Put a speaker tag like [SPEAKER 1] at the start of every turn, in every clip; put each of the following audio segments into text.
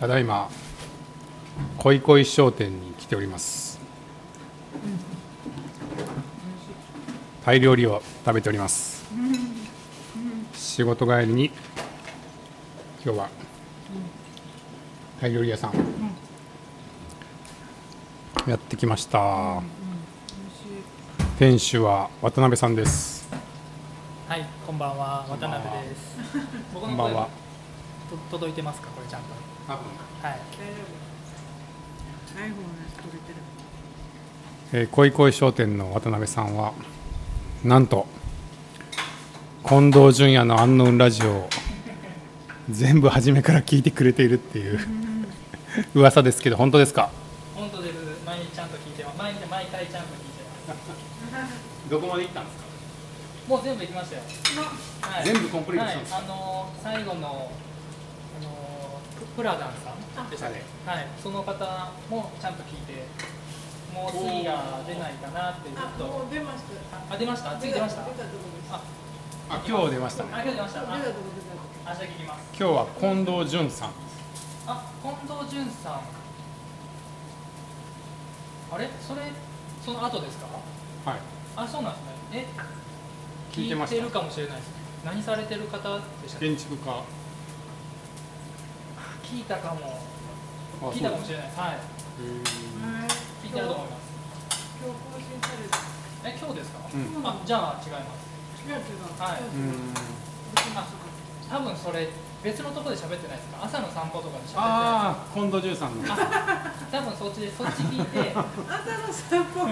[SPEAKER 1] ただいま恋恋商店に来ておりますタイ料理を食べております仕事帰りに今日はタイ料理屋さんやってきました店主は渡辺さんです
[SPEAKER 2] はい、こんばんは、渡辺です。僕
[SPEAKER 1] こ
[SPEAKER 2] の
[SPEAKER 1] んば
[SPEAKER 2] 声
[SPEAKER 1] んは
[SPEAKER 2] と届いてますか、これちゃんと。
[SPEAKER 1] 多分
[SPEAKER 2] はい。
[SPEAKER 3] 大丈夫 iPhone のやつ取れてる
[SPEAKER 1] えー、恋恋商店の渡辺さんはなんと近藤淳也の「アンノウンラジオ」を全部初めから聞いてくれているって いう噂ですけど本当ですか
[SPEAKER 2] 本当です。毎日ちゃんと聞いてます。毎日毎回ちゃんと聞いてます。
[SPEAKER 1] どこまで行ったんですか
[SPEAKER 2] もう全部行きましたよ。はい、
[SPEAKER 1] 全部コンプリートしたんですか
[SPEAKER 2] はい、あのー最後のあのーププラダンさんでしたね。はい、その方もちゃんと聞いて、もう次が出ないかなってずっ
[SPEAKER 3] あ
[SPEAKER 2] と。
[SPEAKER 3] もう出ました
[SPEAKER 2] あ、出ました。次出ました。
[SPEAKER 3] 出たとこです
[SPEAKER 2] あ、
[SPEAKER 1] あ今日出ました
[SPEAKER 2] あ、今日出ました。あ
[SPEAKER 3] 出たとこ
[SPEAKER 2] 明日聞きます。
[SPEAKER 1] 今日は近藤淳さん
[SPEAKER 2] あ、近藤淳さん。あれ、それ、その後ですか。
[SPEAKER 1] はい
[SPEAKER 2] あ、そうなんですね。え、
[SPEAKER 1] 聞いてました
[SPEAKER 2] るかもしれないです。何されてる方でしたっけ。
[SPEAKER 1] 建築家あ
[SPEAKER 2] 聞いたかも。
[SPEAKER 1] そう
[SPEAKER 2] 聞いたかもしれないです。はい。聞い
[SPEAKER 3] 出たとこですはい
[SPEAKER 2] てると思い
[SPEAKER 3] 今
[SPEAKER 2] ます。
[SPEAKER 3] 日今日更新された
[SPEAKER 2] え、今日ですか。
[SPEAKER 1] うん
[SPEAKER 3] うん
[SPEAKER 2] あ、じゃあ、違います。
[SPEAKER 3] 違う違う
[SPEAKER 2] はい
[SPEAKER 1] へー
[SPEAKER 3] 違う違う出てました
[SPEAKER 2] 多分それ、別のところで喋ってないですか。朝の散歩とかで喋って。
[SPEAKER 1] ああ近藤淳さんの
[SPEAKER 2] 多分そっちで、そっち聞い て、
[SPEAKER 3] 朝の散歩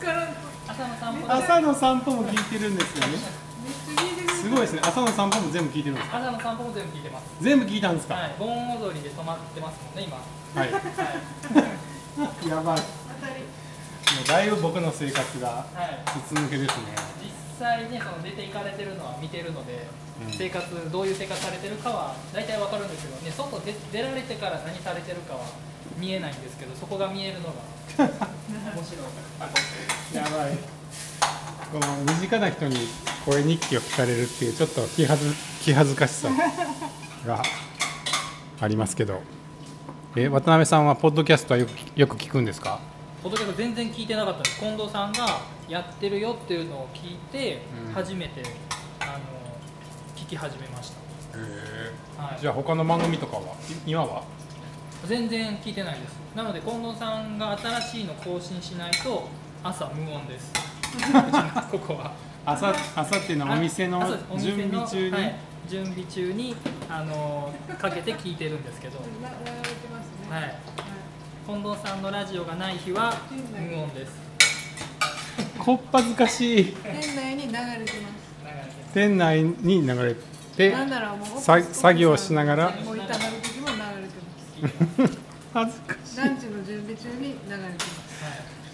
[SPEAKER 3] からめっ
[SPEAKER 2] 朝の散歩で。
[SPEAKER 1] 朝の散歩も聞いてるんですよね
[SPEAKER 3] ちゃ聞いてくれてる
[SPEAKER 1] すごいですね朝の散歩も全部聞いてるんです
[SPEAKER 2] 朝の散歩も全部聞いてます。
[SPEAKER 1] 全部聞いたんですか
[SPEAKER 2] はい、盆踊りで止まってますもんね、今。
[SPEAKER 1] はい、
[SPEAKER 2] はい。
[SPEAKER 1] やばいも
[SPEAKER 3] 当たり
[SPEAKER 1] うだいぶ僕の生活が
[SPEAKER 2] はい。
[SPEAKER 1] 筒抜けですね
[SPEAKER 2] 実際ねその出て行かれてるのは見てるので、
[SPEAKER 1] うん
[SPEAKER 2] 生活どういう生活されてるかは大体わかるんですけどね外出出られてから何されてるかは見えないんですけどそこが見えるのが 面白い
[SPEAKER 1] やばいこの身近な人に声日記を聞かれるっていうちょっと気はず気恥ずかしさがありますけどえ渡辺さんはポッドキャストはよくよく聞くんですか
[SPEAKER 2] ポッドキャスト全然聞いてなかったんです近藤さんがやってるよっていうのを聞いて、
[SPEAKER 1] うん
[SPEAKER 2] 初めてあの聞き始めました
[SPEAKER 1] へ
[SPEAKER 2] はい
[SPEAKER 1] じゃあ他の番組とかはい今は
[SPEAKER 2] 全然聞いてないですなので近藤さんが新しいの更新しないと朝無 音ですうちのここは
[SPEAKER 1] 朝朝っていうのはお店の
[SPEAKER 2] あそうですお
[SPEAKER 1] 準
[SPEAKER 2] 店の
[SPEAKER 1] 備中に、
[SPEAKER 2] はい準備中にあのーかけて聞いてるんですけど、は
[SPEAKER 3] なやられてますね
[SPEAKER 2] い、近藤さんのラジオがない日は無音です。
[SPEAKER 1] こっぱずかしい
[SPEAKER 3] はい店内に流れてま
[SPEAKER 1] 店内に流れ
[SPEAKER 3] す
[SPEAKER 1] て
[SPEAKER 3] なんならもう
[SPEAKER 1] さ作業しながら
[SPEAKER 3] もう炒める時も流れてま
[SPEAKER 1] 恥ずかしい
[SPEAKER 3] すランチの準備中に流れてます
[SPEAKER 2] は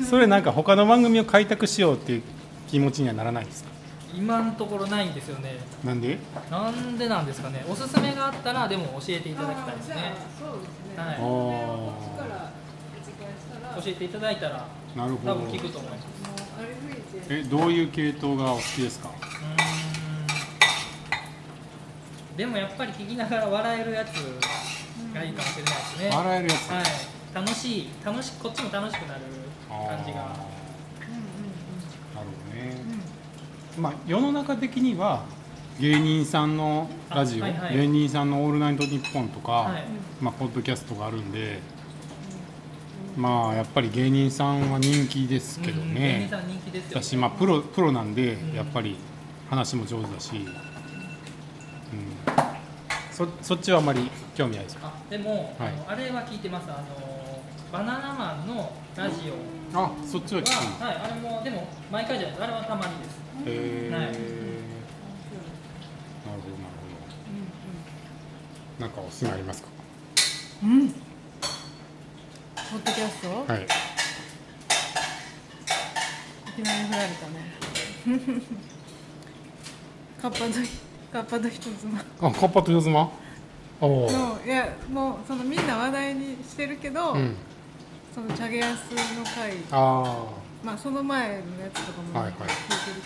[SPEAKER 1] それなんか他の番組を開拓しようっていう気持ちにはならないですか
[SPEAKER 2] い、今のところないんですよね。
[SPEAKER 1] なんで
[SPEAKER 2] なんでなんですかね。おすすめがあったらでも教えていただきたいですね。
[SPEAKER 3] あーじゃあそうですね
[SPEAKER 2] はい
[SPEAKER 3] これをこっちから一番したら
[SPEAKER 2] 教えていただいたら
[SPEAKER 1] なるほど
[SPEAKER 2] 多分聞くと思います。
[SPEAKER 3] もうあれ吹いて
[SPEAKER 1] えどういう系統がお好きですか
[SPEAKER 2] うーんでもやっぱり聞きながら笑えるやつがいいかもしれないですね。
[SPEAKER 1] 笑えるやつ、
[SPEAKER 2] はい、楽しい楽しこっちも楽しくなる感じが
[SPEAKER 1] あーな
[SPEAKER 3] うん
[SPEAKER 1] るほどね、
[SPEAKER 3] うんうん
[SPEAKER 1] まあ世の中的には芸人さんのラジオ、
[SPEAKER 2] あはいはい
[SPEAKER 1] 芸人さんの「オールナイトニッポン」とか、
[SPEAKER 2] はい
[SPEAKER 1] まあ、ポッドキャストがあるんで、まあやっぱり芸人さんは人気ですけど
[SPEAKER 2] うん芸
[SPEAKER 1] ね
[SPEAKER 2] 人さん人気ですよ
[SPEAKER 1] だし、まあ、プロプロなんで
[SPEAKER 2] うん
[SPEAKER 1] やっぱり話も上手だし、うん、そそっちはあまり興味ないですか
[SPEAKER 2] あでも、
[SPEAKER 1] はい
[SPEAKER 2] あのあれは聞いてますあのバナナマンのラジオ
[SPEAKER 1] あそっちは聞くんだ
[SPEAKER 2] は、はい、あれもでも毎回じゃないですあれはたまにです
[SPEAKER 1] へえ
[SPEAKER 2] はい
[SPEAKER 1] なるほどなるほどなんかおすすめありますか
[SPEAKER 3] うんうんうんポッドキャスト、い、
[SPEAKER 1] はい
[SPEAKER 3] きなり振られたね カッパとカッパと一つ
[SPEAKER 1] あカッパとヨズマおお
[SPEAKER 3] ののいやもうそのみんな話題にしてるけど、
[SPEAKER 1] うん
[SPEAKER 3] そのチャゲアスの回
[SPEAKER 1] あ
[SPEAKER 3] まあその前のやつとかも
[SPEAKER 1] は
[SPEAKER 3] 聞
[SPEAKER 1] い
[SPEAKER 3] い
[SPEAKER 1] はい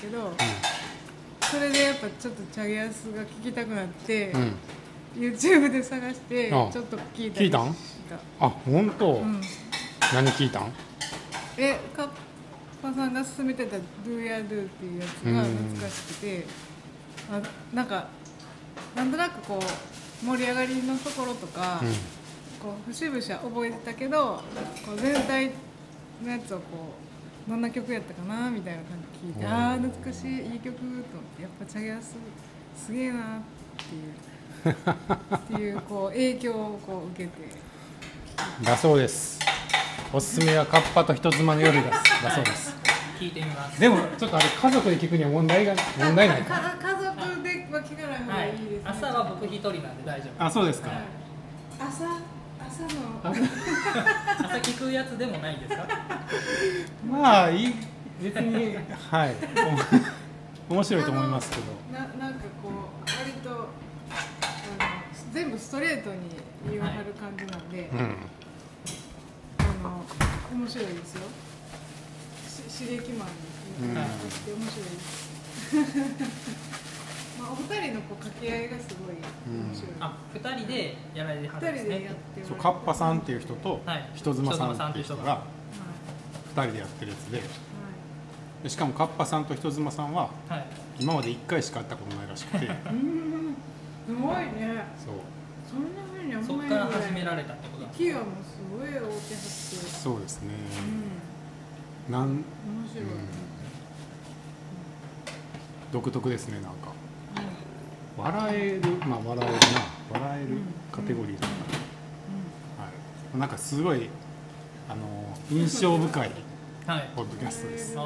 [SPEAKER 3] てるけど、
[SPEAKER 1] あ
[SPEAKER 3] それでやっぱちょっとチャゲアスが聞きたくなって、
[SPEAKER 1] うんうん
[SPEAKER 3] YouTube で探してち
[SPEAKER 1] あ
[SPEAKER 3] ょ
[SPEAKER 1] あ
[SPEAKER 3] っと聞いた
[SPEAKER 1] 聞いたんあ本当、
[SPEAKER 3] うん、
[SPEAKER 1] 何聞いたん
[SPEAKER 3] えカッパさんが勧めてた「Do Ya Do」っていうやつが懐かしくて、あなんかなんとなくこう盛り上がりのところとか、
[SPEAKER 1] うん
[SPEAKER 3] こう節々は覚えてたけどこう全体のやつをこうどんな曲やったかなみたいな感じで聞いて
[SPEAKER 1] おー
[SPEAKER 3] ああ懐かしいいい曲と思ってやっぱチャゲアスすげえな っていうっていうこう影響をこう受けて
[SPEAKER 1] だそうですおすすめはカッパと人妻の夜ですだそうです
[SPEAKER 2] 聞いてみます。
[SPEAKER 1] でもちょっとあれ家族で聞くには問題が問題ないか
[SPEAKER 3] か家族では聞かない
[SPEAKER 2] は
[SPEAKER 3] 方が
[SPEAKER 2] い
[SPEAKER 3] いいですね、、
[SPEAKER 2] 朝は僕一人なんで大丈夫。
[SPEAKER 1] あそうですか、
[SPEAKER 3] 朝朝の
[SPEAKER 2] 朝聞くやつでもないんですか。
[SPEAKER 1] まあいい別に はいお面白いと思いますけど
[SPEAKER 3] ななんかこう割とあの全部ストレートに言わはる感じなんで、
[SPEAKER 1] うん
[SPEAKER 3] あの面白いですよし刺激マンになって面白いです、 まあお二人のこう掛け合いがすごい面白い、
[SPEAKER 2] あ、二人でやられるはず
[SPEAKER 3] 二
[SPEAKER 2] です
[SPEAKER 3] 人でや
[SPEAKER 2] ね
[SPEAKER 3] っ。てもら
[SPEAKER 1] そうカッパさんっていう人と
[SPEAKER 2] はい
[SPEAKER 1] 人妻さんっていう人
[SPEAKER 2] 人妻さ
[SPEAKER 1] が2人でやってるやつででしかもカッパさんと人妻さんは
[SPEAKER 2] はい。
[SPEAKER 1] 今まで1回しか会ったことないらし くて
[SPEAKER 3] はい、うんすごいね
[SPEAKER 1] そう
[SPEAKER 3] そんなふうにあん
[SPEAKER 2] そこ
[SPEAKER 3] まり
[SPEAKER 2] から始められたってことなんです
[SPEAKER 3] 息がもうすごい大手はって
[SPEAKER 1] そうですね
[SPEAKER 3] うん
[SPEAKER 1] なん
[SPEAKER 3] 面白い、
[SPEAKER 1] 独特ですねなんか笑えるまあ笑えるな笑えるカテゴリーだったな、はい、なんかすごいあの印象深い
[SPEAKER 2] か。はい。
[SPEAKER 1] ポッドキャストです
[SPEAKER 2] あ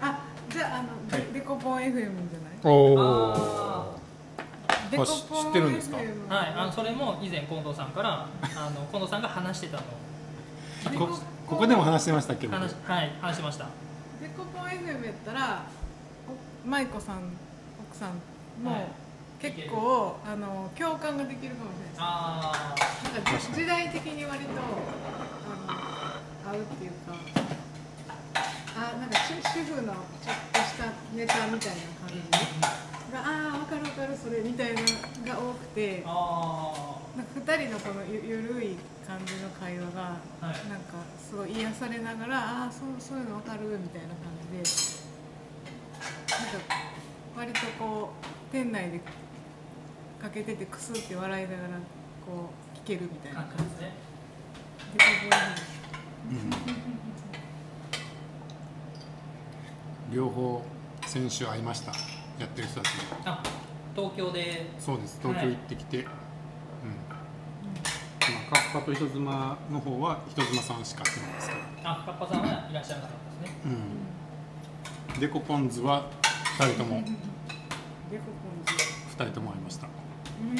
[SPEAKER 3] あ、じゃああの、デコポン FM じゃな
[SPEAKER 1] お
[SPEAKER 2] あ
[SPEAKER 3] い？デコポン
[SPEAKER 1] 知ってるんですか
[SPEAKER 3] FM
[SPEAKER 2] はい、あのそれも以前近藤さんからあの近藤さんが話してたの
[SPEAKER 3] デコ
[SPEAKER 1] こ
[SPEAKER 3] ポン
[SPEAKER 1] ここでも話してましたっけど
[SPEAKER 2] 話はい話しました。
[SPEAKER 3] デコポン FM やったら、お舞子さん奥さんも、
[SPEAKER 2] はい
[SPEAKER 3] 結構あの共感ができるかもしれない
[SPEAKER 2] あ
[SPEAKER 3] です。なんか時代的に割とあの合うっていうか、あなんか主主婦のちょっとしたネタみたいな感じ。
[SPEAKER 2] あ。
[SPEAKER 3] ああわかるわかるそれみたいなのが多くて。
[SPEAKER 2] あ
[SPEAKER 3] なんか2人のこのゆゆるい感じの会話が、
[SPEAKER 2] はい
[SPEAKER 3] なんかすごい癒されながらああそうそういうの分かるみたいな感じでなんか割とこう店内でかけててクスって笑いながらこう聞けるみたい
[SPEAKER 2] あ。
[SPEAKER 3] な
[SPEAKER 2] 感
[SPEAKER 3] 感
[SPEAKER 2] じですね。
[SPEAKER 3] じで
[SPEAKER 1] 両方先週会いましたやってる人たちに
[SPEAKER 2] あ、東京で
[SPEAKER 1] そうです東京行ってきて、うんまあ、カッパと人妻の方は人妻さんしか会ってないんですけど、
[SPEAKER 2] あ、カッパさんはいらっしゃらなかったですね。
[SPEAKER 1] うん、デコポンズは2人とも
[SPEAKER 3] デコポンズ
[SPEAKER 1] 2人とも会いました
[SPEAKER 3] うんい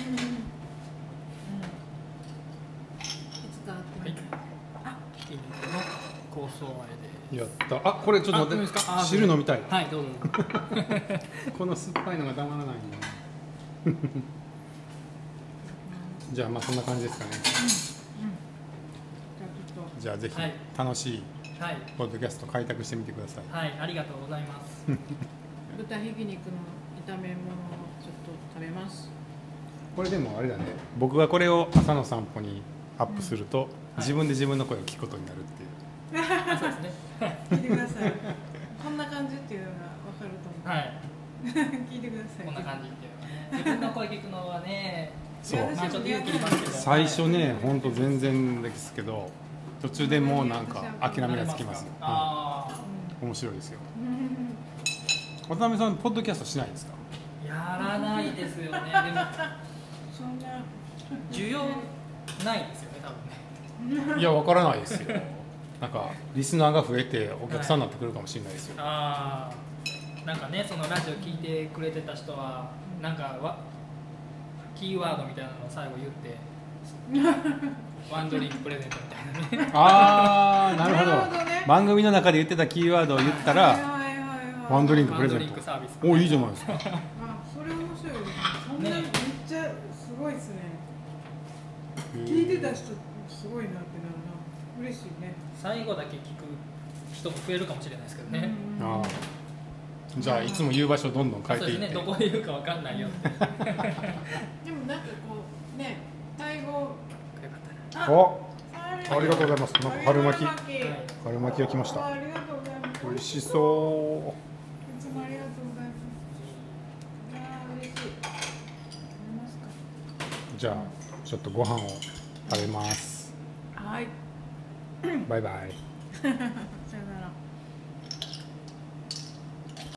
[SPEAKER 3] つか
[SPEAKER 2] は
[SPEAKER 3] 会っ
[SPEAKER 2] い
[SPEAKER 3] てみたい。
[SPEAKER 2] あ、筋肉の構想あれで。
[SPEAKER 1] やったあこれちょっと待って
[SPEAKER 2] あいいですかあ
[SPEAKER 1] 汁飲みたい
[SPEAKER 2] はい、どうぞ。
[SPEAKER 1] この酸っぱいのがたまらないん だなじゃあまあそんな感じですかね
[SPEAKER 3] じゃあちょっと
[SPEAKER 1] じゃあぜひ
[SPEAKER 2] はい
[SPEAKER 1] 楽しい
[SPEAKER 2] はい、
[SPEAKER 1] ポッドキャスト開拓してみてください
[SPEAKER 2] はい、ありがとうございます。
[SPEAKER 3] 豚ひき肉の炒め物をちょっと食べます
[SPEAKER 1] これでもあれだね僕がこれを朝の散歩にアップすると、
[SPEAKER 2] い
[SPEAKER 1] 自分で自分の声を聞くことになるっていう
[SPEAKER 2] あそうですね。
[SPEAKER 3] 聞いてくださいこんな感じっていうのが分かると思
[SPEAKER 2] はい、
[SPEAKER 3] う聞いてください
[SPEAKER 2] こんな感じっていうかね。自分の声聞くのはね、
[SPEAKER 1] そう
[SPEAKER 2] まあちょっと勇気いりますけど。
[SPEAKER 1] 最初ねほんと全然ですけど途中でもうなんか諦めがつきますよ、は
[SPEAKER 2] ああ
[SPEAKER 1] い、面白いですよ
[SPEAKER 3] うんうん
[SPEAKER 1] 渡辺さんポッドキャストしないんですか
[SPEAKER 2] ー、やらないですよね。でも
[SPEAKER 3] そんな
[SPEAKER 2] 需要ないですよね、多分ね。
[SPEAKER 1] いやわからないですよ なんかリスナーが増えてお客さんになってくるかもしれないですよ、
[SPEAKER 2] ああなんかねそのラジオ聞いてくれてた人はなんかわキーワードみたいなのを最後言って ワンドリンクプレゼントみたいなね
[SPEAKER 1] ああなるほど
[SPEAKER 3] なるほどね
[SPEAKER 1] 番組の中で言ってたキーワードを言った
[SPEAKER 3] はい
[SPEAKER 1] ら
[SPEAKER 3] はいはいはい
[SPEAKER 1] ワンドリンク
[SPEAKER 2] ワ
[SPEAKER 1] プレ
[SPEAKER 2] ンド
[SPEAKER 1] ゼン
[SPEAKER 2] リン
[SPEAKER 1] ト
[SPEAKER 2] クサービス
[SPEAKER 1] おいいじゃないですか
[SPEAKER 3] あそれ面白いですねそんな
[SPEAKER 2] ね
[SPEAKER 3] めっちゃすごいですね聞いてた人すごいなってなるな嬉しいね
[SPEAKER 2] 最後だけ聞く人も増えるかもしれないですけどね、
[SPEAKER 3] うんうん
[SPEAKER 1] ああじゃあいつも言う場所どんどん変え
[SPEAKER 2] そう
[SPEAKER 1] て
[SPEAKER 2] で
[SPEAKER 1] いっ
[SPEAKER 2] すね
[SPEAKER 1] て
[SPEAKER 2] どこで言うかわかんないよって
[SPEAKER 3] でもなんかこうねタイ語
[SPEAKER 1] お
[SPEAKER 3] あ
[SPEAKER 1] ありがとうございますなんか春巻き
[SPEAKER 2] はい
[SPEAKER 1] 春巻きが来ました
[SPEAKER 3] ありがとうございます
[SPEAKER 1] 美味しそ
[SPEAKER 3] いつもありがとうございますあー嬉しい食べますか
[SPEAKER 1] うじゃあちょっとご飯を食べます
[SPEAKER 3] はい
[SPEAKER 1] バイバイ
[SPEAKER 3] さよなら